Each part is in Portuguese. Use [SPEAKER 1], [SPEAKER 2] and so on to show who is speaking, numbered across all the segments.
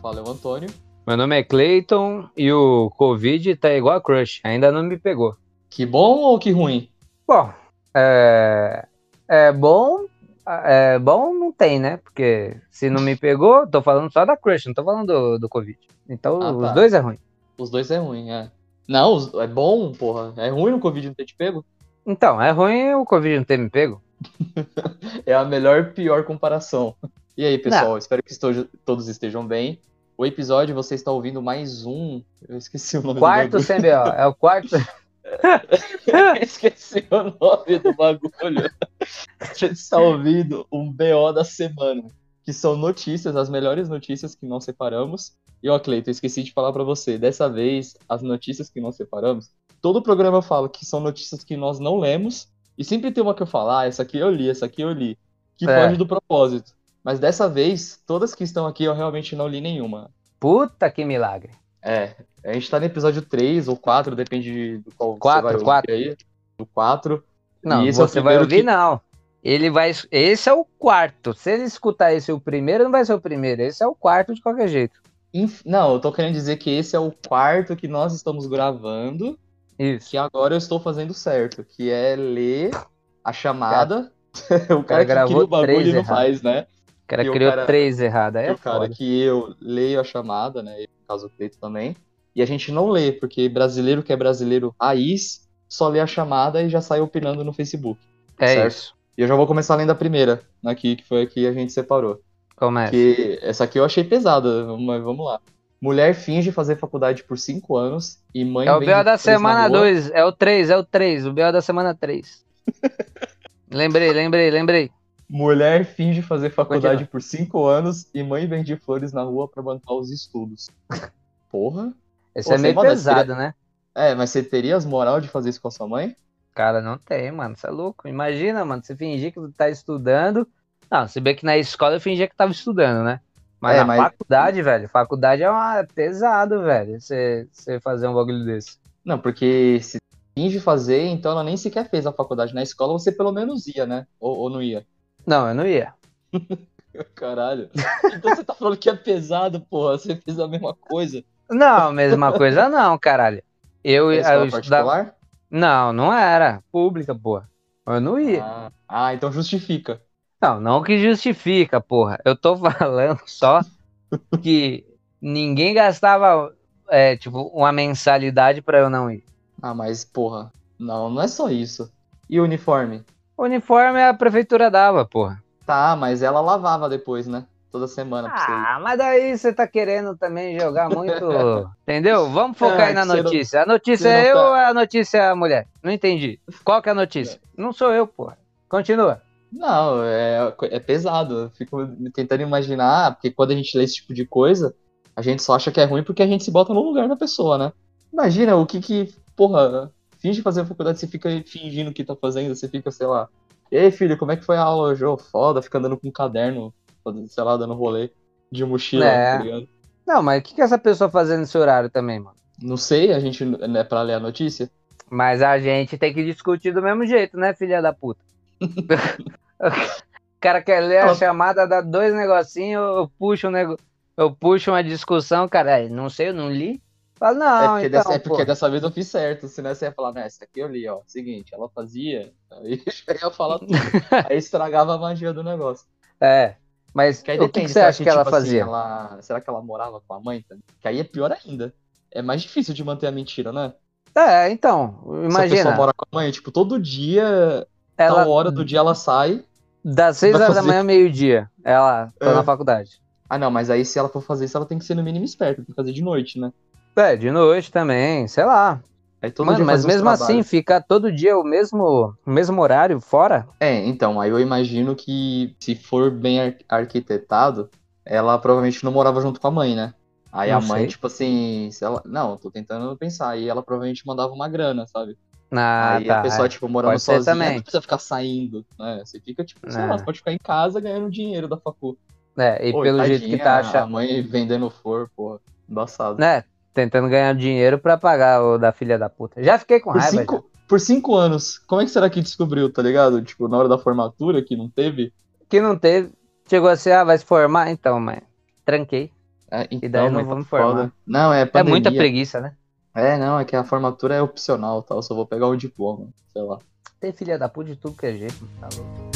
[SPEAKER 1] fala é o Antônio.
[SPEAKER 2] Meu nome é Clayton e o Covid tá igual a Crush, ainda não me pegou.
[SPEAKER 1] Que bom ou que ruim?
[SPEAKER 2] Bom, é, é bom, é bom não tem, né? Porque se não me pegou, tô falando só da Crush, não tô falando do, do Covid. Então
[SPEAKER 1] Ah,
[SPEAKER 2] os
[SPEAKER 1] tá.
[SPEAKER 2] dois é ruim.
[SPEAKER 1] Os dois é ruim, é. Não, os- é bom, porra. É ruim o Covid não ter te pego.
[SPEAKER 2] Então, é ruim o Covid não ter me pego?
[SPEAKER 1] É a melhor e pior comparação. E aí, pessoal, espero que estojo- todos estejam bem. O episódio você está ouvindo mais um. Eu esqueci o nome do
[SPEAKER 2] Quarto
[SPEAKER 1] bagulho.
[SPEAKER 2] sem BO, é o quarto.
[SPEAKER 1] Eu esqueci o nome do bagulho. Você está ouvindo um BO da semana. Que são notícias, as melhores notícias que nós separamos. E ó, Cleiton, esqueci de falar pra você. Dessa vez, as notícias que nós separamos, todo programa eu falo que são notícias que nós não lemos. E sempre tem uma que eu falo, ah, essa aqui eu li, essa aqui eu li. Que
[SPEAKER 2] É.
[SPEAKER 1] foge do propósito. Mas dessa vez, todas que estão aqui eu realmente não li nenhuma.
[SPEAKER 2] Puta que milagre.
[SPEAKER 1] É, a gente tá no episódio 3 ou 4, depende de do qual
[SPEAKER 2] Quatro,
[SPEAKER 1] você vai
[SPEAKER 2] quatro.
[SPEAKER 1] ouvir aí. Do 4.
[SPEAKER 2] Não,
[SPEAKER 1] E esse é o
[SPEAKER 2] você vai
[SPEAKER 1] primeiro
[SPEAKER 2] ouvir,
[SPEAKER 1] que-
[SPEAKER 2] não. Ele vai. Esse é o quarto. Se ele escutar esse o primeiro, não vai ser o primeiro. Esse é o quarto de qualquer jeito.
[SPEAKER 1] Inf- Não, eu tô querendo dizer que esse é o quarto que nós estamos gravando,
[SPEAKER 2] Isso.
[SPEAKER 1] que agora eu estou fazendo certo, que é ler a chamada. o cara,
[SPEAKER 2] cara
[SPEAKER 1] que cria o
[SPEAKER 2] gravou
[SPEAKER 1] bagulho
[SPEAKER 2] três
[SPEAKER 1] e não
[SPEAKER 2] errado.
[SPEAKER 1] faz, né?
[SPEAKER 2] O cara
[SPEAKER 1] E o
[SPEAKER 2] criou
[SPEAKER 1] cara-
[SPEAKER 2] três erradas.
[SPEAKER 1] E
[SPEAKER 2] É
[SPEAKER 1] o cara
[SPEAKER 2] foda.
[SPEAKER 1] que eu leio a chamada, né? E, no caso o Cleito também. E a gente não lê, porque brasileiro que é brasileiro raiz, só lê a chamada e já sai opinando no Facebook.
[SPEAKER 2] É
[SPEAKER 1] tá certo.
[SPEAKER 2] isso.
[SPEAKER 1] E eu já vou começar lendo a primeira, aqui, que foi a que a gente separou.
[SPEAKER 2] Começa.
[SPEAKER 1] Que essa aqui eu achei pesada, mas vamos lá. Mulher finge fazer faculdade por 5 anos e mãe
[SPEAKER 2] É o
[SPEAKER 1] vende
[SPEAKER 2] BO da
[SPEAKER 1] flores na
[SPEAKER 2] semana
[SPEAKER 1] rua.
[SPEAKER 2] 2. É o 3, é o 3. O BO da semana 3. lembrei, lembrei, lembrei.
[SPEAKER 1] Mulher finge fazer faculdade por 5 anos e mãe vende flores na rua pra bancar os estudos. Porra?
[SPEAKER 2] Esse
[SPEAKER 1] Pô,
[SPEAKER 2] é
[SPEAKER 1] sem
[SPEAKER 2] meio
[SPEAKER 1] maldade,
[SPEAKER 2] pesado, né?
[SPEAKER 1] É, mas você teria as moral de fazer isso com a sua mãe?
[SPEAKER 2] Cara, não tem, mano. Você é louco. Imagina, mano, você fingir que tá estudando. Não, se bem que na escola eu fingia que tava estudando, né? Mas
[SPEAKER 1] É,
[SPEAKER 2] na
[SPEAKER 1] mas-
[SPEAKER 2] faculdade, velho, faculdade é uma... é pesado, velho, você você fazer um bagulho desse.
[SPEAKER 1] Não, porque se finge fazer, então ela nem sequer fez a faculdade. Na escola você pelo menos ia, né? Ou, ou não ia?
[SPEAKER 2] Não, eu não ia.
[SPEAKER 1] Caralho. Então você tá falando que é pesado, porra. Você fez a mesma coisa.
[SPEAKER 2] Não, mesma coisa não, caralho. Eu,
[SPEAKER 1] Na
[SPEAKER 2] eu
[SPEAKER 1] escola
[SPEAKER 2] estudava...
[SPEAKER 1] particular?
[SPEAKER 2] Não, não era. Pública, porra. Eu não ia.
[SPEAKER 1] Ah, ah, então justifica.
[SPEAKER 2] Não, não que justifica, porra. Eu tô falando só que ninguém gastava, é, tipo, uma mensalidade pra eu não ir.
[SPEAKER 1] Ah, mas porra, não, não é só isso. E o uniforme?
[SPEAKER 2] Uniforme a prefeitura dava, porra.
[SPEAKER 1] Tá, mas ela lavava depois, né? Toda semana pra você ir.
[SPEAKER 2] Ah, mas daí você tá querendo também jogar muito. Entendeu? Vamos focar
[SPEAKER 1] Ah,
[SPEAKER 2] aí na
[SPEAKER 1] que você não-
[SPEAKER 2] notícia. A notícia
[SPEAKER 1] você não
[SPEAKER 2] é eu
[SPEAKER 1] tá-
[SPEAKER 2] ou a notícia é a mulher? Não entendi. Qual que é a notícia? Não sou eu, porra. Continua.
[SPEAKER 1] Não, é, é pesado. Eu fico me tentando imaginar, porque quando a gente lê esse tipo de coisa, a gente só acha que é ruim porque a gente se bota no lugar da pessoa, né? Imagina o que que, porra, finge fazer faculdade, você fica fingindo que tá fazendo, você fica, sei lá. Ei, filho, como é que foi a aula hoje? Ô, foda, fica andando com um caderno, fazendo, sei lá, dando rolê de mochila,
[SPEAKER 2] É.
[SPEAKER 1] tá ligado?
[SPEAKER 2] Não, mas o que, que essa pessoa fazendo nesse horário também, mano?
[SPEAKER 1] Não sei, a gente não é pra ler a notícia.
[SPEAKER 2] Mas a gente tem que discutir do mesmo jeito, né, filha da puta? o cara quer ler a
[SPEAKER 1] Ela-
[SPEAKER 2] chamada, dá dois negocinhos, eu puxo um nego... eu puxo uma discussão, cara, "Ah, não sei, eu não li. Fala,
[SPEAKER 1] É
[SPEAKER 2] não,
[SPEAKER 1] porque,
[SPEAKER 2] então,
[SPEAKER 1] dessa, é porque
[SPEAKER 2] pô."
[SPEAKER 1] dessa vez eu fiz certo, senão você ia falar, né, essa aqui eu li, ó, seguinte, ela fazia, aí eu ia falar tudo, aí estragava a magia do negócio.
[SPEAKER 2] É, mas
[SPEAKER 1] Que aí
[SPEAKER 2] o que,
[SPEAKER 1] depende,
[SPEAKER 2] que você
[SPEAKER 1] será
[SPEAKER 2] acha que ela
[SPEAKER 1] tipo assim,
[SPEAKER 2] fazia?
[SPEAKER 1] ela- será que ela morava com a mãe também? Que aí é pior ainda, é mais difícil de manter a mentira, né?
[SPEAKER 2] É,
[SPEAKER 1] Se
[SPEAKER 2] então,
[SPEAKER 1] a pessoa
[SPEAKER 2] imagina,
[SPEAKER 1] mora com a mãe, tipo, todo dia,
[SPEAKER 2] ela
[SPEAKER 1] tal hora do dia ela sai,
[SPEAKER 2] das seis
[SPEAKER 1] vai
[SPEAKER 2] horas da
[SPEAKER 1] fazer-
[SPEAKER 2] manhã, meio-dia, ela tô
[SPEAKER 1] É.
[SPEAKER 2] na faculdade.
[SPEAKER 1] ah não, mas aí se ela for fazer isso, ela tem que ser no mínimo esperta, tem que fazer de noite, né?
[SPEAKER 2] É, de noite também, sei lá.
[SPEAKER 1] Aí todo
[SPEAKER 2] Mano,
[SPEAKER 1] dia
[SPEAKER 2] mas
[SPEAKER 1] faz uns
[SPEAKER 2] mesmo assim,
[SPEAKER 1] trabalhos.
[SPEAKER 2] ficar todo dia o mesmo, o mesmo horário fora,
[SPEAKER 1] É, então, aí eu imagino que se for bem ar- arquitetado, ela provavelmente não morava junto com a mãe, né? Aí a
[SPEAKER 2] Não
[SPEAKER 1] mãe,
[SPEAKER 2] sei.
[SPEAKER 1] tipo assim, se ela. Não, tô tentando pensar. Aí ela provavelmente mandava uma grana, sabe?
[SPEAKER 2] Ah,
[SPEAKER 1] Aí a
[SPEAKER 2] tá.
[SPEAKER 1] pessoa, tipo, morando
[SPEAKER 2] Pode ser
[SPEAKER 1] sozinha,
[SPEAKER 2] também.
[SPEAKER 1] não precisa ficar saindo, né? Você fica, tipo, sei
[SPEAKER 2] É.
[SPEAKER 1] lá, você pode ficar em casa ganhando dinheiro da facu.
[SPEAKER 2] É, e
[SPEAKER 1] Pô,
[SPEAKER 2] pelo jeito que
[SPEAKER 1] tadinha,
[SPEAKER 2] tá
[SPEAKER 1] A
[SPEAKER 2] achando.
[SPEAKER 1] mãe vendendo flor, pô, embaçado.
[SPEAKER 2] Né? Tentando ganhar dinheiro pra pagar o da filha da puta. Já fiquei com
[SPEAKER 1] Por
[SPEAKER 2] raiva. já.
[SPEAKER 1] cinco, por cinco anos, como é que será que descobriu, tá ligado? Tipo, na hora da formatura que não teve.
[SPEAKER 2] Que não teve. Chegou assim, ah, vai se formar? Então, mãe. Tranquei.
[SPEAKER 1] Ah, então,
[SPEAKER 2] daí não
[SPEAKER 1] mas tá
[SPEAKER 2] vamos
[SPEAKER 1] foda.
[SPEAKER 2] formar.
[SPEAKER 1] Não, é
[SPEAKER 2] É
[SPEAKER 1] pandemia.
[SPEAKER 2] muita preguiça, né?
[SPEAKER 1] É, não, é que a formatura é opcional, tal. Eu só vou pegar o diploma, sei lá.
[SPEAKER 2] Tem filha da puta de tudo que é jeito, mano, tá louco.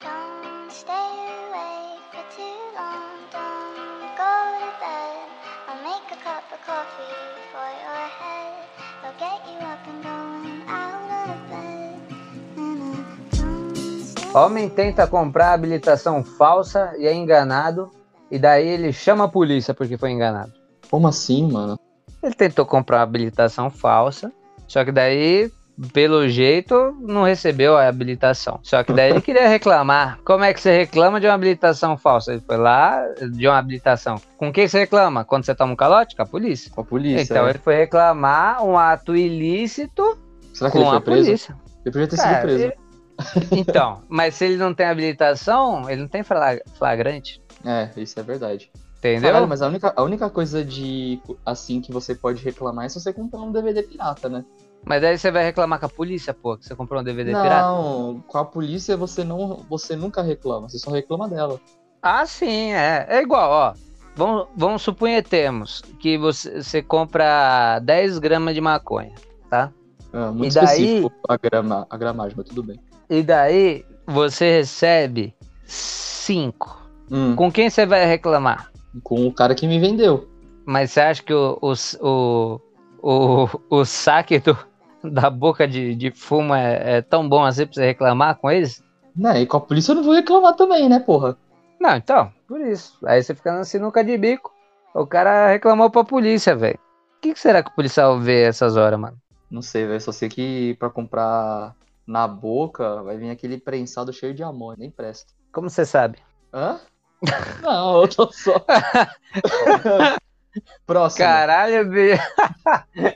[SPEAKER 3] Don't stay awake for too long. Don't go to bed. I'll make a cup of coffee for your head. I'll get you up and going out of bed. And I don't stay
[SPEAKER 2] Homem tenta comprar habilitação falsa e é enganado. E daí ele chama a polícia porque foi enganado.
[SPEAKER 1] Como assim, mano?
[SPEAKER 2] Ele tentou comprar habilitação falsa, só que daí, pelo jeito, não recebeu a habilitação. Só que daí ele queria reclamar. Como é que você reclama de uma habilitação falsa? Ele foi lá de uma habilitação. Com quem você reclama? Quando você toma um calote? Com a polícia.
[SPEAKER 1] Com a polícia.
[SPEAKER 2] então
[SPEAKER 1] né?
[SPEAKER 2] ele foi reclamar um ato ilícito
[SPEAKER 1] Será que ele
[SPEAKER 2] com
[SPEAKER 1] foi
[SPEAKER 2] a
[SPEAKER 1] preso?
[SPEAKER 2] polícia.
[SPEAKER 1] Ele podia ter
[SPEAKER 2] Cara,
[SPEAKER 1] sido preso.
[SPEAKER 2] ele- Então, mas se ele não tem habilitação, ele não tem fla- flagrante,
[SPEAKER 1] É, isso é verdade.
[SPEAKER 2] entendeu?
[SPEAKER 1] Caralho, mas a única, a única coisa de assim que você pode reclamar é se você comprar um DVD pirata, né?
[SPEAKER 2] Mas aí você vai reclamar com a polícia, pô, que você comprou um DVD pirata.
[SPEAKER 1] não, com a polícia você não você nunca reclama, você só reclama dela.
[SPEAKER 2] Ah, sim, é. É igual, ó. Vamos, vamos suponhamos que você, você compra 10 gramas de maconha, tá?
[SPEAKER 1] Ah, muito
[SPEAKER 2] E daí-
[SPEAKER 1] específico a, grama, a gramagem, mas tudo bem.
[SPEAKER 2] E daí você recebe 5.
[SPEAKER 1] Hum,
[SPEAKER 2] Com quem você vai reclamar?
[SPEAKER 1] com o cara que me vendeu.
[SPEAKER 2] Mas você acha que o, o, o, o, o saque do, da boca de, de fumo é, é tão bom assim pra você reclamar com eles?
[SPEAKER 1] Né, e com a polícia eu não vou reclamar também, né, porra?
[SPEAKER 2] Não, então, por isso. Aí você fica na sinuca de bico. O cara reclamou pra polícia, velho. O que, que será que o policial vê essas horas, mano?
[SPEAKER 1] Não sei, velho, só sei que pra comprar na boca vai vir aquele prensado cheio de amor, nem presta.
[SPEAKER 2] Como você sabe?
[SPEAKER 1] Hã? Não, eu tô só. Próximo.
[SPEAKER 2] Caralho, bicho.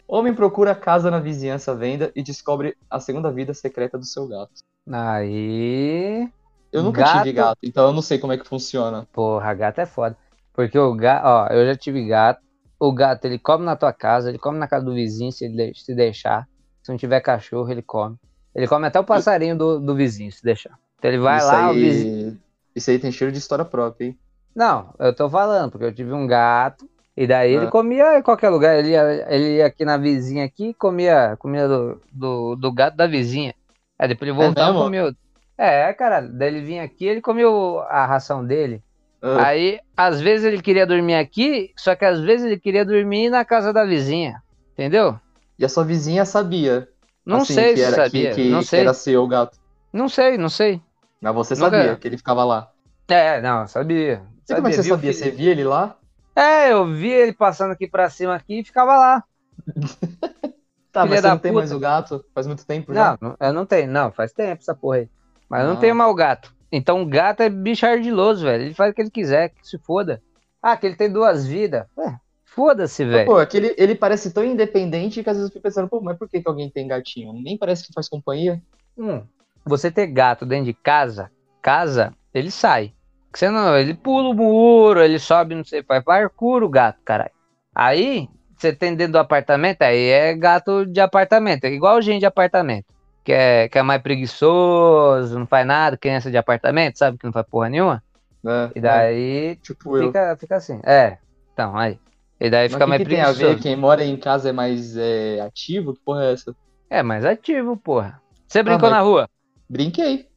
[SPEAKER 1] Homem procura casa na vizinhança à venda e descobre a segunda vida secreta do seu gato.
[SPEAKER 2] Aí.
[SPEAKER 1] Eu nunca tive
[SPEAKER 2] Gato.
[SPEAKER 1] gato, então eu não sei como é que funciona.
[SPEAKER 2] Porra, gato é foda. Porque o gato, ó, eu já tive gato. O gato, ele come na tua casa, ele come na casa do vizinho se, ele de- se deixar. Se não tiver cachorro, ele come. Ele come até o passarinho do, do vizinho se deixar. Então ele vai
[SPEAKER 1] isso
[SPEAKER 2] lá, o vizinho.
[SPEAKER 1] aí... Isso aí tem cheiro de história própria, hein?
[SPEAKER 2] Não, eu tô falando, porque eu tive um gato. E daí ele
[SPEAKER 1] Ah.
[SPEAKER 2] comia em qualquer lugar. Ele ia, ele ia aqui na vizinha aqui e comia comida do, do, do gato da vizinha. Aí depois ele
[SPEAKER 1] É
[SPEAKER 2] voltava e
[SPEAKER 1] mesmo?
[SPEAKER 2] comia. outro. É, caralho. Daí ele vinha aqui ele comia o- a ração dele.
[SPEAKER 1] Ah,
[SPEAKER 2] Aí, às vezes ele queria dormir aqui, só que às vezes ele queria dormir na casa da vizinha. Entendeu?
[SPEAKER 1] E a sua vizinha sabia.
[SPEAKER 2] Não
[SPEAKER 1] assim,
[SPEAKER 2] sei
[SPEAKER 1] que
[SPEAKER 2] se
[SPEAKER 1] era,
[SPEAKER 2] sabia.
[SPEAKER 1] Que, que
[SPEAKER 2] não sei.
[SPEAKER 1] era seu o gato.
[SPEAKER 2] Não sei, não sei.
[SPEAKER 1] Mas você
[SPEAKER 2] Nunca-
[SPEAKER 1] sabia que ele ficava lá.
[SPEAKER 2] É, não, sabia.
[SPEAKER 1] Você como é que você
[SPEAKER 2] viu
[SPEAKER 1] sabia?
[SPEAKER 2] que-
[SPEAKER 1] Você via ele lá?
[SPEAKER 2] É, eu vi ele passando aqui pra cima aqui e ficava lá.
[SPEAKER 1] Tá,
[SPEAKER 2] Filha
[SPEAKER 1] mas você
[SPEAKER 2] da
[SPEAKER 1] não tem
[SPEAKER 2] puta.
[SPEAKER 1] mais o gato? Faz muito tempo já.
[SPEAKER 2] Não, não- eu não tenho, não, faz tempo essa porra aí. Mas eu não
[SPEAKER 1] Ah.
[SPEAKER 2] tenho mal gato. Então o gato é bicho ardiloso, velho. Ele faz o que ele quiser, que se foda. Ah, que ele tem duas vidas. Ué, foda-se, velho.
[SPEAKER 1] Pô, é que ele, ele parece tão independente que às vezes eu fico pensando, pô, mas por que, que alguém tem gatinho? Nem parece que faz companhia.
[SPEAKER 2] Hum, você ter gato dentro de casa, casa, ele sai. Você não, ele pula o muro, ele sobe, não sei, faz parkour o gato, caralho. Aí, você tem dentro do apartamento, aí é gato de apartamento, é igual gente de apartamento. Que é, que é mais preguiçoso, não faz nada, criança de apartamento, sabe que não faz porra nenhuma.
[SPEAKER 1] né?
[SPEAKER 2] E
[SPEAKER 1] É,
[SPEAKER 2] daí
[SPEAKER 1] tipo eu.
[SPEAKER 2] fica, fica assim. É, então, aí. E daí
[SPEAKER 1] Mas
[SPEAKER 2] fica
[SPEAKER 1] que
[SPEAKER 2] mais
[SPEAKER 1] que tem a
[SPEAKER 2] preguiçoso.
[SPEAKER 1] ver quem mora em casa é mais é, ativo? Que porra é essa?
[SPEAKER 2] É mais ativo, porra. Você brincou
[SPEAKER 1] mas-
[SPEAKER 2] na rua?
[SPEAKER 1] Brinquei.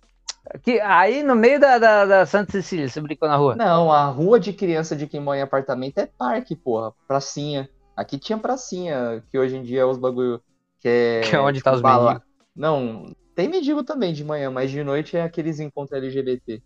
[SPEAKER 2] Que, aí no meio da, da, da Santa Cecília, você brincou na rua?
[SPEAKER 1] Não, a rua de criança de quem mora em apartamento é parque, porra. Pracinha. Aqui tinha pracinha, que hoje em dia é os bagulho que é...
[SPEAKER 2] Que é onde tá os
[SPEAKER 1] bala- Não, tem mendigo também de manhã, mas de noite é aqueles encontros LGBT.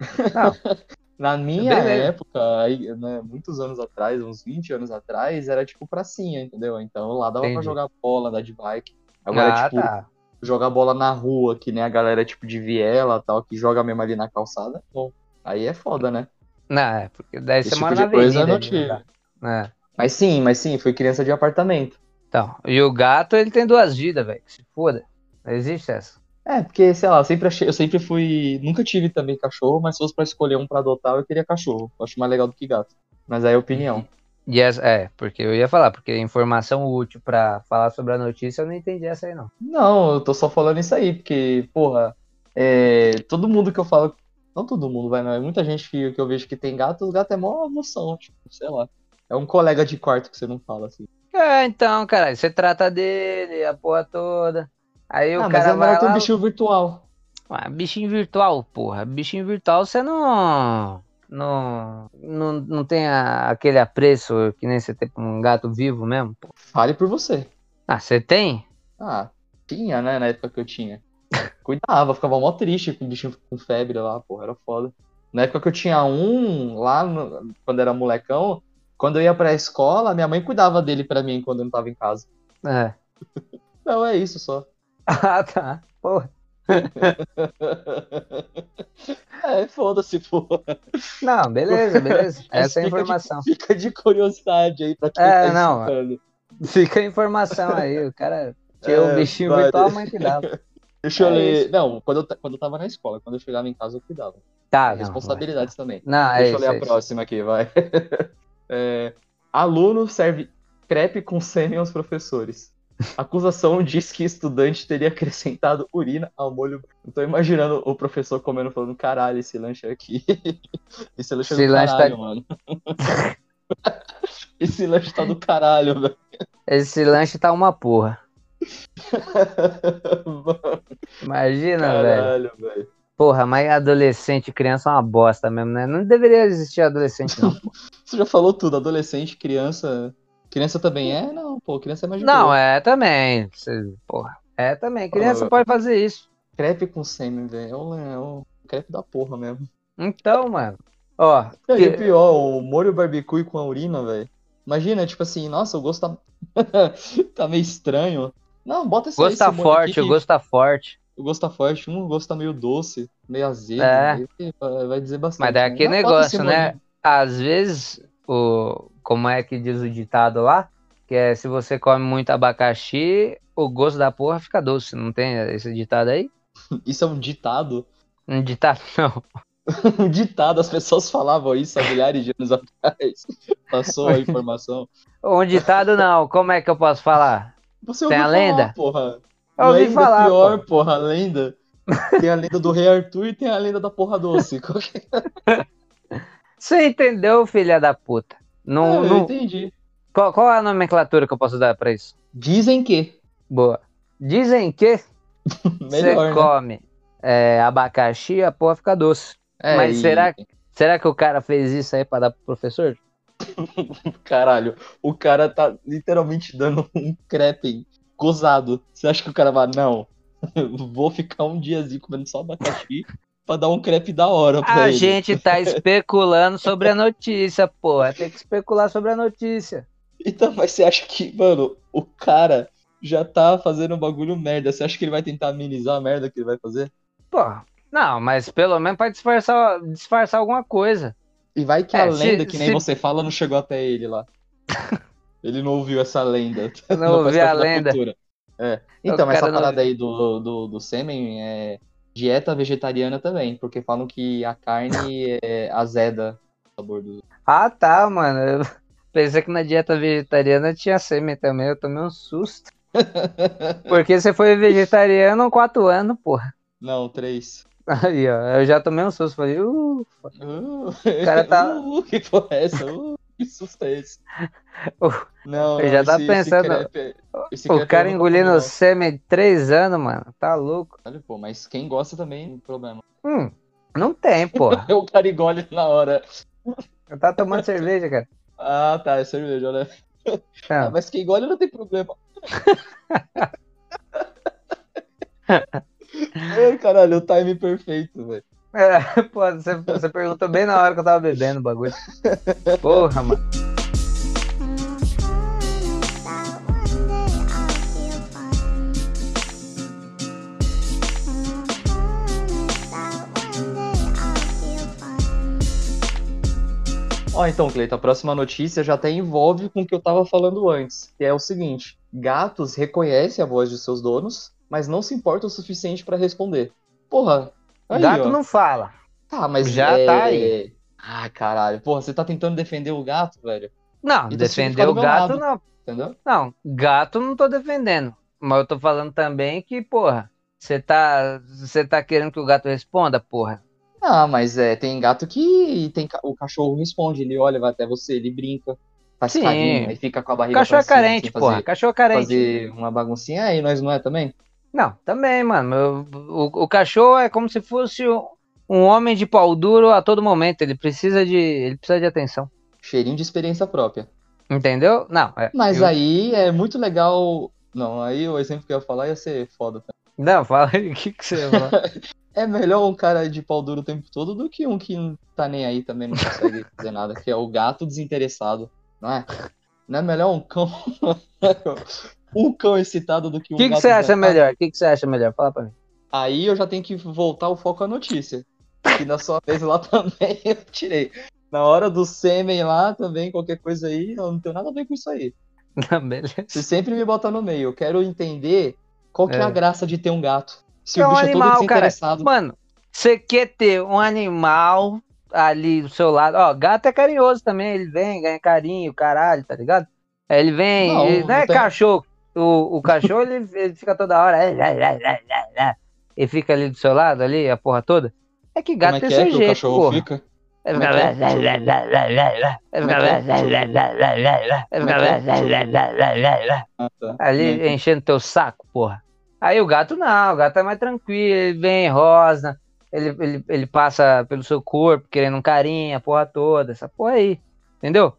[SPEAKER 1] Na minha
[SPEAKER 2] Beleza.
[SPEAKER 1] época, aí, né, muitos anos atrás, uns 20 anos atrás, era tipo pracinha, entendeu? Então lá dava pra
[SPEAKER 2] Entendi.
[SPEAKER 1] jogar bola, andar de bike. Agora,
[SPEAKER 2] ah,
[SPEAKER 1] tipo,
[SPEAKER 2] tá.
[SPEAKER 1] jogar bola na rua, que nem a galera tipo de viela tal, que joga mesmo ali na calçada, bom. Aí é foda, né?
[SPEAKER 2] Não, é, porque daí
[SPEAKER 1] Esse
[SPEAKER 2] você
[SPEAKER 1] tipo
[SPEAKER 2] mora
[SPEAKER 1] de
[SPEAKER 2] na
[SPEAKER 1] coisa
[SPEAKER 2] avenida.
[SPEAKER 1] eu não
[SPEAKER 2] ali,
[SPEAKER 1] tive.
[SPEAKER 2] né? É.
[SPEAKER 1] Mas sim, mas sim, fui criança de apartamento.
[SPEAKER 2] Então, e o gato, ele tem duas vidas, velho. que Se foda. Não existe essa.
[SPEAKER 1] É, porque, sei lá, eu sempre achei, eu sempre fui. Nunca tive também cachorro, mas se fosse pra escolher um pra adotar, eu queria cachorro. Eu acho mais legal do que gato. Mas aí é opinião.
[SPEAKER 2] E essa, é, porque eu ia falar, porque informação útil pra falar sobre a notícia, eu não entendi essa aí, não.
[SPEAKER 1] Não, eu tô só falando isso aí, porque, porra, é, todo mundo que eu falo. Não todo mundo, vai, não. É muita gente que, que eu vejo que tem gato, os gatos é mó emoção, tipo, sei lá. É um colega de quarto que você não fala assim.
[SPEAKER 2] É, então, caralho, você trata dele, a porra toda. Aí o
[SPEAKER 1] ah, mas é
[SPEAKER 2] cara vai
[SPEAKER 1] melhor que um
[SPEAKER 2] lá...
[SPEAKER 1] bichinho virtual.
[SPEAKER 2] Ah, bichinho virtual, porra. Bichinho virtual você não. Não, não, não tem a- aquele apreço que nem você tem pra um gato vivo mesmo. pô.
[SPEAKER 1] Fale por você.
[SPEAKER 2] Ah, você tem?
[SPEAKER 1] Ah, tinha, né, na época que eu tinha. Cuidava, ficava mó triste com o bichinho com febre lá, porra, era foda. Na época que eu tinha um, lá, no- quando era molecão, quando eu ia pra escola, minha mãe cuidava dele pra mim quando eu não tava em casa.
[SPEAKER 2] É.
[SPEAKER 1] Não, é isso só.
[SPEAKER 2] Ah, tá. Porra.
[SPEAKER 1] é, foda-se, porra.
[SPEAKER 2] Não, beleza, beleza. Essa é a
[SPEAKER 1] Fica de-
[SPEAKER 2] informação.
[SPEAKER 1] Fica de curiosidade aí pra quem
[SPEAKER 2] É,
[SPEAKER 1] tá
[SPEAKER 2] não.
[SPEAKER 1] escutando.
[SPEAKER 2] Fica a informação aí. O cara tinha
[SPEAKER 1] É,
[SPEAKER 2] o bichinho
[SPEAKER 1] vai.
[SPEAKER 2] virtual, mas que dava.
[SPEAKER 1] Deixa eu
[SPEAKER 2] É
[SPEAKER 1] ler.
[SPEAKER 2] isso.
[SPEAKER 1] Não, quando eu, ta- quando eu tava na escola, quando eu chegava em casa, eu cuidava.
[SPEAKER 2] Tá, não,
[SPEAKER 1] Responsabilidades também.
[SPEAKER 2] vai. Não, é
[SPEAKER 1] Deixa eu
[SPEAKER 2] isso.
[SPEAKER 1] ler
[SPEAKER 2] é
[SPEAKER 1] a
[SPEAKER 2] isso.
[SPEAKER 1] próxima aqui, vai. É, aluno serve crepe com sêmen aos professores. Acusação diz que estudante teria acrescentado urina ao molho. Eu tô imaginando o professor comendo, falando: caralho, esse lanche aqui. Esse lanche é
[SPEAKER 2] Esse
[SPEAKER 1] do
[SPEAKER 2] lanche tá-
[SPEAKER 1] caralho, mano. esse lanche tá do caralho, velho.
[SPEAKER 2] Esse lanche tá uma porra. Imagina, velho.
[SPEAKER 1] caralho, velho.
[SPEAKER 2] Porra, mas adolescente, criança é uma bosta mesmo, né? Não deveria existir adolescente, não.
[SPEAKER 1] Você já falou tudo, adolescente, criança. Criança também é? Não, pô, criança é mais de boa.
[SPEAKER 2] não, é também. cê- Porra, é também. Criança
[SPEAKER 1] Ô.
[SPEAKER 2] pode fazer isso.
[SPEAKER 1] Crepe com sêmen, velho. É um, é um crepe da porra mesmo.
[SPEAKER 2] Então, mano. Ó,
[SPEAKER 1] Não, É, E o
[SPEAKER 2] que-
[SPEAKER 1] pior, o molho barbecue com a urina, velho. Imagina, tipo assim, nossa, o gosto tá, tá meio estranho. Não, bota esse,
[SPEAKER 2] gosto
[SPEAKER 1] esse
[SPEAKER 2] tá
[SPEAKER 1] molho
[SPEAKER 2] forte,
[SPEAKER 1] aqui
[SPEAKER 2] o
[SPEAKER 1] que
[SPEAKER 2] gosto tá forte.
[SPEAKER 1] o gosto tá forte. Um gosto tá meio doce, meio azedo.
[SPEAKER 2] É.
[SPEAKER 1] meio- vai- vai dizer bastante.
[SPEAKER 2] Mas daí
[SPEAKER 1] né? Não,
[SPEAKER 2] aquele
[SPEAKER 1] bota esse
[SPEAKER 2] negócio, né?
[SPEAKER 1] molhinho.
[SPEAKER 2] Às vezes, o... como é que diz o ditado lá? Que é se você come muito abacaxi, o gosto da porra fica doce. Não tem esse ditado aí?
[SPEAKER 1] Isso é um ditado.
[SPEAKER 2] Um ditado não.
[SPEAKER 1] Um ditado, as pessoas falavam isso há milhares de anos atrás. Passou a informação.
[SPEAKER 2] Um ditado não. Como é que eu posso falar?
[SPEAKER 1] Você ouviu
[SPEAKER 2] Tem a
[SPEAKER 1] falar,
[SPEAKER 2] lenda?
[SPEAKER 1] porra.
[SPEAKER 2] Eu ouvi
[SPEAKER 1] Lenda
[SPEAKER 2] falar.
[SPEAKER 1] pior,
[SPEAKER 2] pô.
[SPEAKER 1] porra, a lenda. Tem a lenda do Rei Arthur e tem a lenda da Porra Doce. Qual que é?
[SPEAKER 2] Você entendeu, filha da puta? Não,
[SPEAKER 1] Ah, eu
[SPEAKER 2] não-
[SPEAKER 1] entendi.
[SPEAKER 2] Qual, qual é a nomenclatura que eu posso dar pra isso?
[SPEAKER 1] Dizem que.
[SPEAKER 2] Boa. Dizem que você
[SPEAKER 1] Melhor, né?
[SPEAKER 2] come é, abacaxi, a porra fica doce.
[SPEAKER 1] É,
[SPEAKER 2] Mas
[SPEAKER 1] e-
[SPEAKER 2] será que- Será que o cara fez isso aí pra dar pro professor?
[SPEAKER 1] Caralho, o cara tá literalmente dando um crepe gozado. Você acha que o cara vai, não, vou ficar um diazinho comendo só abacaxi pra dar um crepe da hora pra
[SPEAKER 2] A
[SPEAKER 1] ele.
[SPEAKER 2] gente tá especulando sobre a notícia, porra. Tem que especular sobre a notícia.
[SPEAKER 1] Então, mas você acha que, mano, o cara já tá fazendo um bagulho merda. Você acha que ele vai tentar amenizar a merda que ele vai fazer?
[SPEAKER 2] Porra. Não, mas pelo menos pra disfarçar, disfarçar alguma coisa.
[SPEAKER 1] E vai que
[SPEAKER 2] É,
[SPEAKER 1] a
[SPEAKER 2] se-
[SPEAKER 1] lenda, que nem
[SPEAKER 2] se-
[SPEAKER 1] você fala, não chegou até ele lá. ele não ouviu essa lenda. tipo,
[SPEAKER 2] Não
[SPEAKER 1] faz
[SPEAKER 2] ouvi a
[SPEAKER 1] parte da
[SPEAKER 2] lenda.
[SPEAKER 1] cultura. É.
[SPEAKER 2] O
[SPEAKER 1] Então, mas essa
[SPEAKER 2] cara não-
[SPEAKER 1] parada aí do, do, do sêmen é dieta vegetariana também, porque falam que a carne é azeda o sabor do.
[SPEAKER 2] Ah, tá, mano. Eu pensei que na dieta vegetariana tinha sêmen também. Eu tomei um susto. Porque você foi vegetariano há quatro anos, porra.
[SPEAKER 1] Não, três.
[SPEAKER 2] Aí, ó, eu já tomei um susto, falei, uh,
[SPEAKER 1] Uh,
[SPEAKER 2] cara tá-
[SPEAKER 1] Uh, que porra é essa? Uh, que susto é esse?
[SPEAKER 2] Uh,
[SPEAKER 1] Não,
[SPEAKER 2] eu
[SPEAKER 1] não,
[SPEAKER 2] já tava
[SPEAKER 1] esse- esse
[SPEAKER 2] pensando,
[SPEAKER 1] crepe- esse é crepe
[SPEAKER 2] o
[SPEAKER 1] eu
[SPEAKER 2] cara
[SPEAKER 1] não como,
[SPEAKER 2] engolindo
[SPEAKER 1] não.
[SPEAKER 2] sêmen de três anos, mano, tá louco.
[SPEAKER 1] Olha, pô, mas quem gosta também, não tem problema.
[SPEAKER 2] Hum, não tem, porra,
[SPEAKER 1] O cara engole na hora.
[SPEAKER 2] eu tava tomando cerveja, cara.
[SPEAKER 1] Ah, tá, é cerveja, né? Ah,
[SPEAKER 2] Não,
[SPEAKER 1] mas quem engole não tem problema. Ai, caralho, o time perfeito, velho.
[SPEAKER 2] é, pô, você, você perguntou bem na hora que eu tava bebendo o bagulho. Porra, mano.
[SPEAKER 1] Ó, então, Cleito, a próxima notícia já até envolve com o que eu tava falando antes, que é o seguinte: gatos reconhecem a voz de seus donos, mas não se importam o suficiente pra responder. Porra, aí,
[SPEAKER 2] Gato
[SPEAKER 1] ó.
[SPEAKER 2] não fala.
[SPEAKER 1] Tá, mas
[SPEAKER 2] Já
[SPEAKER 1] é-
[SPEAKER 2] tá aí.
[SPEAKER 1] Ah, caralho. Porra, você tá tentando defender o gato, velho?
[SPEAKER 2] Não,
[SPEAKER 1] E tá sendo
[SPEAKER 2] defender o gato
[SPEAKER 1] ficado
[SPEAKER 2] não.
[SPEAKER 1] entendeu?
[SPEAKER 2] Não, gato não tô defendendo. Mas eu tô falando também que, porra, você tá, você tá querendo que o gato responda, porra.
[SPEAKER 1] Ah, mas é, tem gato que tem ca- o cachorro responde, ele olha, vai até você, ele brinca, faz
[SPEAKER 2] Sim.
[SPEAKER 1] carinho, aí fica com a barriga
[SPEAKER 2] Cachorro é
[SPEAKER 1] pra cima,
[SPEAKER 2] carente,
[SPEAKER 1] assim,
[SPEAKER 2] porra.
[SPEAKER 1] fazer,
[SPEAKER 2] Cachorro é carente.
[SPEAKER 1] fazer uma baguncinha, aí nós não é também?
[SPEAKER 2] Não, também, mano. Eu- O, o cachorro é como se fosse um, um homem de pau duro a todo momento. Ele precisa de, ele precisa de atenção.
[SPEAKER 1] Cheirinho de experiência própria.
[SPEAKER 2] Entendeu? Não. é-
[SPEAKER 1] Mas
[SPEAKER 2] eu-
[SPEAKER 1] aí é muito legal... Não, aí o exemplo que eu ia falar ia ser foda. também.
[SPEAKER 2] Não, fala aí o que, que você fala.
[SPEAKER 1] É melhor um cara de pau duro o tempo todo do que um que não tá nem aí também, não consegue fazer nada, que é o gato desinteressado, não é? Não é melhor um cão... um cão excitado do que um
[SPEAKER 2] O que, que
[SPEAKER 1] gato
[SPEAKER 2] você acha
[SPEAKER 1] encantado?
[SPEAKER 2] melhor? O que, que você acha melhor? Fala pra mim.
[SPEAKER 1] Aí eu já tenho que voltar o foco à notícia. Que na sua vez lá também eu tirei. Na hora do sêmen lá também, qualquer coisa aí, eu não tenho nada a ver com isso aí.
[SPEAKER 2] Não, beleza.
[SPEAKER 1] Você sempre me bota no meio. Eu quero entender qual que é,
[SPEAKER 2] É.
[SPEAKER 1] a graça de ter um gato. Se
[SPEAKER 2] É um
[SPEAKER 1] o bicho é todo
[SPEAKER 2] animal, cara.
[SPEAKER 1] desinteressado.
[SPEAKER 2] Mano, você quer ter um animal ali do seu lado. Ó, gato é carinhoso também, ele vem, ganha carinho, caralho, tá ligado? Aí Ele vem, ele-
[SPEAKER 1] Não,
[SPEAKER 2] não,
[SPEAKER 1] não
[SPEAKER 2] é
[SPEAKER 1] tem-
[SPEAKER 2] cachorro. O, o cachorro, ele, ele fica toda hora. "Ai, ai, ai, ai, ai, ai", E fica ali do seu lado, ali, a porra toda. É que gato
[SPEAKER 1] Como é
[SPEAKER 2] tem
[SPEAKER 1] que
[SPEAKER 2] seu
[SPEAKER 1] é que o
[SPEAKER 2] jeito,
[SPEAKER 1] cachorro
[SPEAKER 2] porra.
[SPEAKER 1] fica?
[SPEAKER 2] É
[SPEAKER 1] Como é que é que o cachorro fica? Como é que é que o cachorro Ah, tá.
[SPEAKER 2] Ali
[SPEAKER 1] Não,
[SPEAKER 2] enchendo teu saco, porra. Aí o gato não, o gato é mais tranquilo, ele vem rosa, ele, ele, ele passa pelo seu corpo, querendo um carinho, a porra toda, essa porra aí. Entendeu?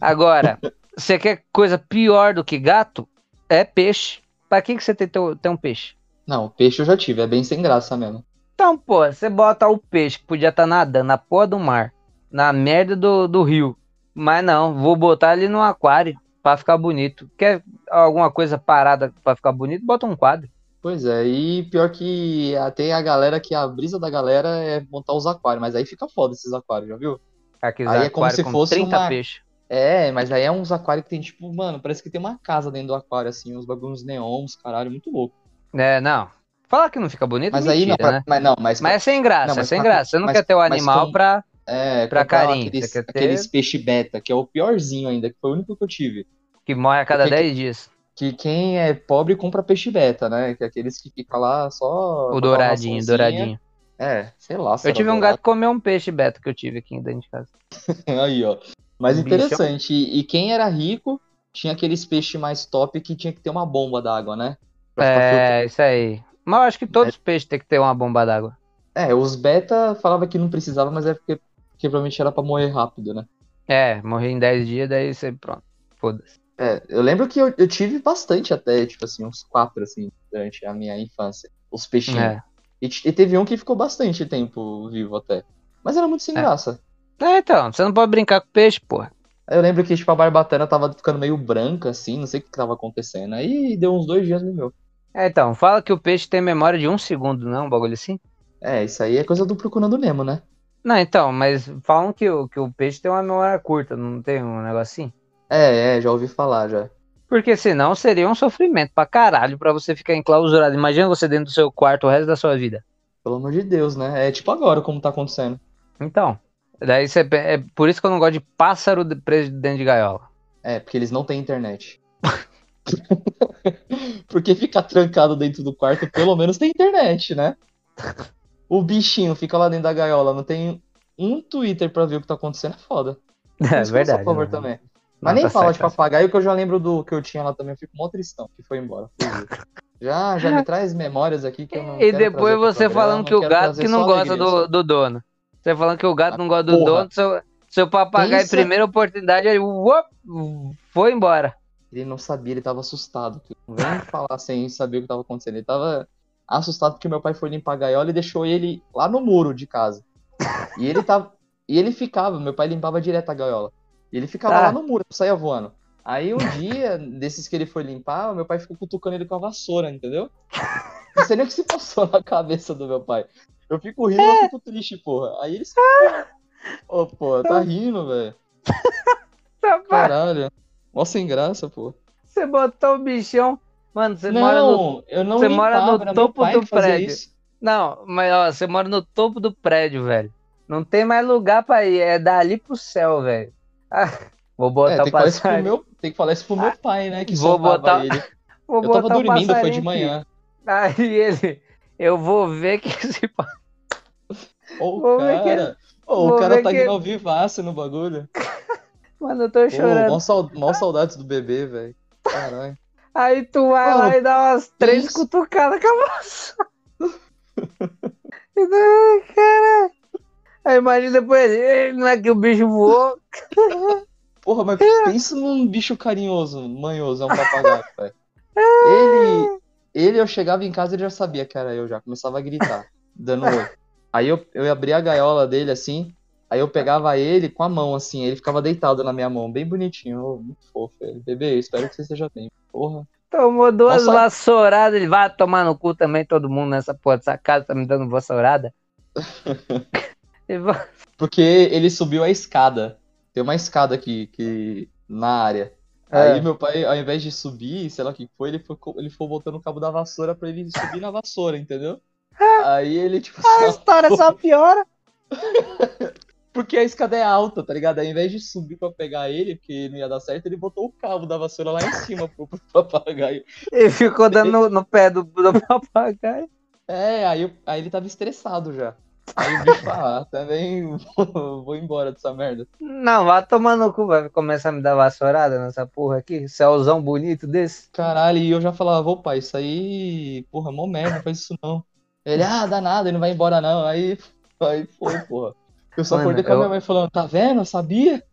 [SPEAKER 2] Agora, você quer coisa pior do que gato? É peixe. Pra que, que você tem, teu- tem um peixe?
[SPEAKER 1] Não, peixe eu já tive, é bem sem graça mesmo.
[SPEAKER 2] Então, pô, você bota o peixe que podia estar nadando na porra do mar, na merda do, do rio. Mas não, vou botar ele no aquário pra ficar bonito. Quer alguma coisa parada pra ficar bonito? Bota um quadro.
[SPEAKER 1] Pois é, e pior que até a galera que a brisa da galera é montar os aquários, mas aí fica foda esses aquários, já viu?
[SPEAKER 2] Aqueles
[SPEAKER 1] Aí é
[SPEAKER 2] aquários
[SPEAKER 1] como se
[SPEAKER 2] com
[SPEAKER 1] fosse
[SPEAKER 2] 30
[SPEAKER 1] uma-
[SPEAKER 2] peixes.
[SPEAKER 1] É, mas aí é uns aquários que tem tipo, mano, parece que tem uma casa dentro do aquário, assim, uns bagulhos neons, caralho, muito louco.
[SPEAKER 2] É, não. Falar que não fica bonito,
[SPEAKER 1] Mas aí
[SPEAKER 2] mentira,
[SPEAKER 1] não, pra-
[SPEAKER 2] né?
[SPEAKER 1] mas não, mas,
[SPEAKER 2] Mas é sem graça,
[SPEAKER 1] Não, mas
[SPEAKER 2] é sem
[SPEAKER 1] pra-
[SPEAKER 2] graça. Você não
[SPEAKER 1] mas-
[SPEAKER 2] quer ter o
[SPEAKER 1] mas
[SPEAKER 2] animal
[SPEAKER 1] com-
[SPEAKER 2] pra.
[SPEAKER 1] é,
[SPEAKER 2] pra
[SPEAKER 1] comprar
[SPEAKER 2] carinho,
[SPEAKER 1] aqueles,
[SPEAKER 2] você quer ter-
[SPEAKER 1] aqueles peixe beta, que é o piorzinho ainda, que foi o único que eu tive.
[SPEAKER 2] que morre a cada
[SPEAKER 1] Porque-
[SPEAKER 2] 10 dias.
[SPEAKER 1] Que quem é pobre compra peixe beta, né? Que é aqueles que fica lá só
[SPEAKER 2] O
[SPEAKER 1] botar uma
[SPEAKER 2] douradinho,
[SPEAKER 1] raçãozinha.
[SPEAKER 2] douradinho.
[SPEAKER 1] É, sei lá, se
[SPEAKER 2] Eu
[SPEAKER 1] era
[SPEAKER 2] tive um
[SPEAKER 1] dourado.
[SPEAKER 2] gato que comeu um peixe beta que eu tive aqui dentro de casa.
[SPEAKER 1] Aí, ó. Mas
[SPEAKER 2] Um bichão.
[SPEAKER 1] interessante, e, e quem era rico tinha aqueles peixes mais top que tinha que ter uma bomba d'água, né? Pra ficar filtrando.
[SPEAKER 2] É, isso aí. Mas eu acho que todos os peixes têm que ter uma bomba d'água.
[SPEAKER 1] É, os beta falava que não precisava, mas é porque, porque provavelmente era pra morrer rápido, né?
[SPEAKER 2] É, morri em 10 dias, daí você pronto. Foda-se.
[SPEAKER 1] É, eu lembro que eu, eu tive bastante até, tipo assim, uns quatro, assim, durante a minha infância. Os peixinhos.
[SPEAKER 2] É.
[SPEAKER 1] E, t- e teve um que ficou bastante tempo vivo até. Mas era muito sem
[SPEAKER 2] É.
[SPEAKER 1] graça.
[SPEAKER 2] É, então, você não pode brincar com peixe, porra.
[SPEAKER 1] Aí Eu lembro que, tipo, a barbatana tava ficando meio branca, assim, não sei o que que tava acontecendo. Aí deu uns dois dias no meu.
[SPEAKER 2] É, então, fala que o peixe tem memória de um segundo, não? Um bagulho assim?
[SPEAKER 1] É, isso aí é coisa do Procurando Nemo, né?
[SPEAKER 2] Não, então, mas falam que o, que o peixe tem uma memória curta, não tem um negócio assim?
[SPEAKER 1] É, é, já ouvi falar já.
[SPEAKER 2] Porque senão seria um sofrimento pra caralho pra você ficar enclausurado. Imagina você dentro do seu quarto o resto da sua vida.
[SPEAKER 1] Pelo amor de Deus, né? É tipo agora como tá acontecendo.
[SPEAKER 2] Então, daí você. pe- É por isso que eu não gosto de pássaro de- preso dentro de gaiola.
[SPEAKER 1] É, porque eles não têm internet. porque ficar trancado dentro do quarto, pelo menos tem internet, né? O bichinho fica lá dentro da gaiola, não tem um Twitter pra ver o que tá acontecendo, é foda.
[SPEAKER 2] É
[SPEAKER 1] Responsa,
[SPEAKER 2] verdade.
[SPEAKER 1] Por favor,
[SPEAKER 2] né?
[SPEAKER 1] também.
[SPEAKER 2] Não,
[SPEAKER 1] Mas nem
[SPEAKER 2] tá
[SPEAKER 1] fala
[SPEAKER 2] certo,
[SPEAKER 1] de
[SPEAKER 2] tá
[SPEAKER 1] papagaio, que eu já lembro do que eu tinha lá também, eu fico mó tristão, que foi embora. fuzil. Já, já me traz memórias aqui que eu não
[SPEAKER 2] E
[SPEAKER 1] quero
[SPEAKER 2] depois
[SPEAKER 1] trazer pro
[SPEAKER 2] você
[SPEAKER 1] programa,
[SPEAKER 2] falando que o
[SPEAKER 1] quero
[SPEAKER 2] gato
[SPEAKER 1] trazer
[SPEAKER 2] que não
[SPEAKER 1] só
[SPEAKER 2] gosta
[SPEAKER 1] alegria, só.
[SPEAKER 2] do, do dono. Você falando que o gato
[SPEAKER 1] Ah,
[SPEAKER 2] não gosta do
[SPEAKER 1] porra.
[SPEAKER 2] dono, seu, seu papagaio,
[SPEAKER 1] Pensa-
[SPEAKER 2] primeira oportunidade, ele uop, foi embora.
[SPEAKER 1] Ele não sabia, ele tava assustado. Não vem falar sem saber o que tava acontecendo. Ele tava assustado porque meu pai foi limpar a gaiola e deixou ele lá no muro de casa. E ele tava. E ele ficava, meu pai limpava direto a gaiola. E ele ficava
[SPEAKER 2] Ah.
[SPEAKER 1] lá no muro, saía voando. Aí um dia, desses que ele foi limpar, meu pai ficou cutucando ele com a vassoura, entendeu? Não sei nem o que se passou na cabeça do meu pai. Eu fico rindo, eu fico triste, porra. Aí ele se. Ô, pô, tá rindo, velho. Caralho. Mó sem graça, pô.
[SPEAKER 2] Você botou o bichão. Mano, você
[SPEAKER 1] não,
[SPEAKER 2] mora no.
[SPEAKER 1] eu não
[SPEAKER 2] você mora
[SPEAKER 1] limpava,
[SPEAKER 2] no
[SPEAKER 1] era meu
[SPEAKER 2] topo
[SPEAKER 1] pai
[SPEAKER 2] do
[SPEAKER 1] que fazia
[SPEAKER 2] prédio.
[SPEAKER 1] isso.
[SPEAKER 2] Não, mas ó, você mora no topo do prédio, velho. Não tem mais lugar pra ir. É dali pro céu, velho. Vou
[SPEAKER 1] É,
[SPEAKER 2] botar
[SPEAKER 1] tem,
[SPEAKER 2] o
[SPEAKER 1] que falar isso pro
[SPEAKER 2] passarinho.
[SPEAKER 1] meu, tem que falar isso pro meu pai, né? Que
[SPEAKER 2] Ah, vou
[SPEAKER 1] soltava
[SPEAKER 2] botar-
[SPEAKER 1] ele.
[SPEAKER 2] Vou
[SPEAKER 1] Eu tava
[SPEAKER 2] botar o
[SPEAKER 1] dormindo, foi de
[SPEAKER 2] passarinho aqui.
[SPEAKER 1] manhã.
[SPEAKER 2] Aí ele. Eu vou ver que esse pa-
[SPEAKER 1] Ô, o
[SPEAKER 2] Vou ver que
[SPEAKER 1] cara. Ô,
[SPEAKER 2] vou
[SPEAKER 1] o cara
[SPEAKER 2] ver
[SPEAKER 1] tá
[SPEAKER 2] que-
[SPEAKER 1] indo ao vivaço no bagulho.
[SPEAKER 2] Mano, eu tô
[SPEAKER 1] Pô,
[SPEAKER 2] chorando.
[SPEAKER 1] mó, sau- mó saudades do bebê, velho. Caralho.
[SPEAKER 2] Aí tu vai
[SPEAKER 1] Mano,
[SPEAKER 2] lá e dá umas três
[SPEAKER 1] isso.
[SPEAKER 2] cutucadas com a maçã. E daí, cara. Aí imagina depois, "Ei, não é que o bicho voou.
[SPEAKER 1] Porra, mas pensa num bicho carinhoso, manhoso, é um papagaio, velho. Ele, ele, eu chegava em casa e ele já sabia que era eu já, começava a gritar, dando oi. Aí eu, eu abria a gaiola dele assim, aí eu pegava ele com a mão assim, ele ficava deitado na minha mão, bem bonitinho, ô, muito fofo. Ele, Bebê, eu espero que você esteja bem. Porra.
[SPEAKER 2] Tomou duas
[SPEAKER 1] Nossa.
[SPEAKER 2] vassouradas, ele vai tomar no cu também, todo mundo nessa porra dessa casa tá me dando vassourada. Ele vai-
[SPEAKER 1] Porque ele subiu a escada. Tem uma escada aqui que, na área.
[SPEAKER 2] É.
[SPEAKER 1] Aí meu pai, ao invés de subir, sei lá o que foi, ele foi, co- ele foi botando o cabo da vassoura pra ele subir na vassoura, entendeu? Aí ele, tipo,
[SPEAKER 2] A
[SPEAKER 1] só...
[SPEAKER 2] história só piora.
[SPEAKER 1] porque a escada é alta, tá ligado? Aí, ao invés de subir pra pegar ele, porque não ia dar certo, ele botou o cabo da vassoura lá em cima pro, pro papagaio.
[SPEAKER 2] Ele ficou dando no, no pé do, do papagaio.
[SPEAKER 1] É, aí, eu- aí ele tava estressado já. Aí o bicho fala, ah, também vou, vou embora dessa merda.
[SPEAKER 2] Não, vai tomar no cu, vai começar a me dar vassourada nessa porra aqui. Céuzão bonito desse.
[SPEAKER 1] Caralho, e eu já falava, ô pai, isso aí, porra, mó merda, não faz isso não. Ele, ah, danado, ele não vai embora não. Aí, aí foi, porra. Eu só
[SPEAKER 2] Mano,
[SPEAKER 1] acordei com a
[SPEAKER 2] eu-
[SPEAKER 1] minha mãe falando, tá vendo? Eu sabia?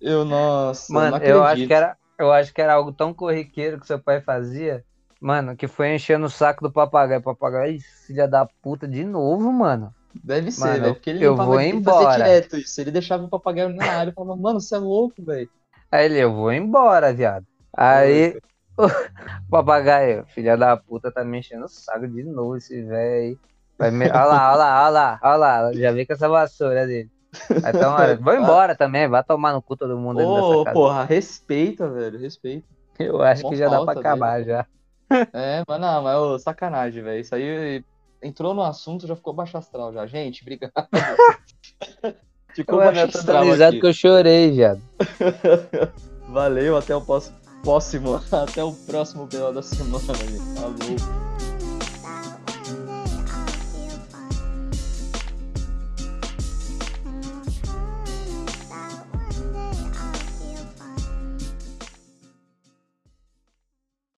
[SPEAKER 1] Eu, nossa,
[SPEAKER 2] Mano,
[SPEAKER 1] não
[SPEAKER 2] eu acho
[SPEAKER 1] acredito.
[SPEAKER 2] que era, eu acho que era algo tão corriqueiro que seu pai fazia, mano, que foi enchendo o saco do papagaio. Papagaio, "Ih, filha da puta, de novo, mano.
[SPEAKER 1] Deve ser,
[SPEAKER 2] é- Mano,
[SPEAKER 1] velho, porque ele
[SPEAKER 2] eu
[SPEAKER 1] limpava-
[SPEAKER 2] vou
[SPEAKER 1] ele
[SPEAKER 2] embora.
[SPEAKER 1] fazia direto isso. Ele deixava o papagaio na área e falava, mano, você é louco, velho.
[SPEAKER 2] Aí ele, eu vou embora, viado. Aí o papagaio, filha da puta, tá me enchendo o saco de novo esse velho aí. Vai me... Olha lá, olha lá, olha lá, olha lá, já veio com essa vassoura dele. Aí tá uma hora, vou embora também, vai tomar no cu todo mundo dentro
[SPEAKER 1] Ô,
[SPEAKER 2] dessa casa.
[SPEAKER 1] porra, respeita, velho, respeita.
[SPEAKER 2] Eu acho
[SPEAKER 1] Mó
[SPEAKER 2] que já dá pra
[SPEAKER 1] falta
[SPEAKER 2] acabar já.
[SPEAKER 1] É, mas não, mas ô, sacanagem, velho. Isso aí entrou no assunto, já ficou baixo astral já. Gente, obrigado. Ficou
[SPEAKER 2] Mano,
[SPEAKER 1] baixo
[SPEAKER 2] eu tô
[SPEAKER 1] astral
[SPEAKER 2] dando risada
[SPEAKER 1] aqui.
[SPEAKER 2] que eu chorei, viado.
[SPEAKER 1] Valeu, até o próximo. Até o próximo BO da semana. gente. Falou.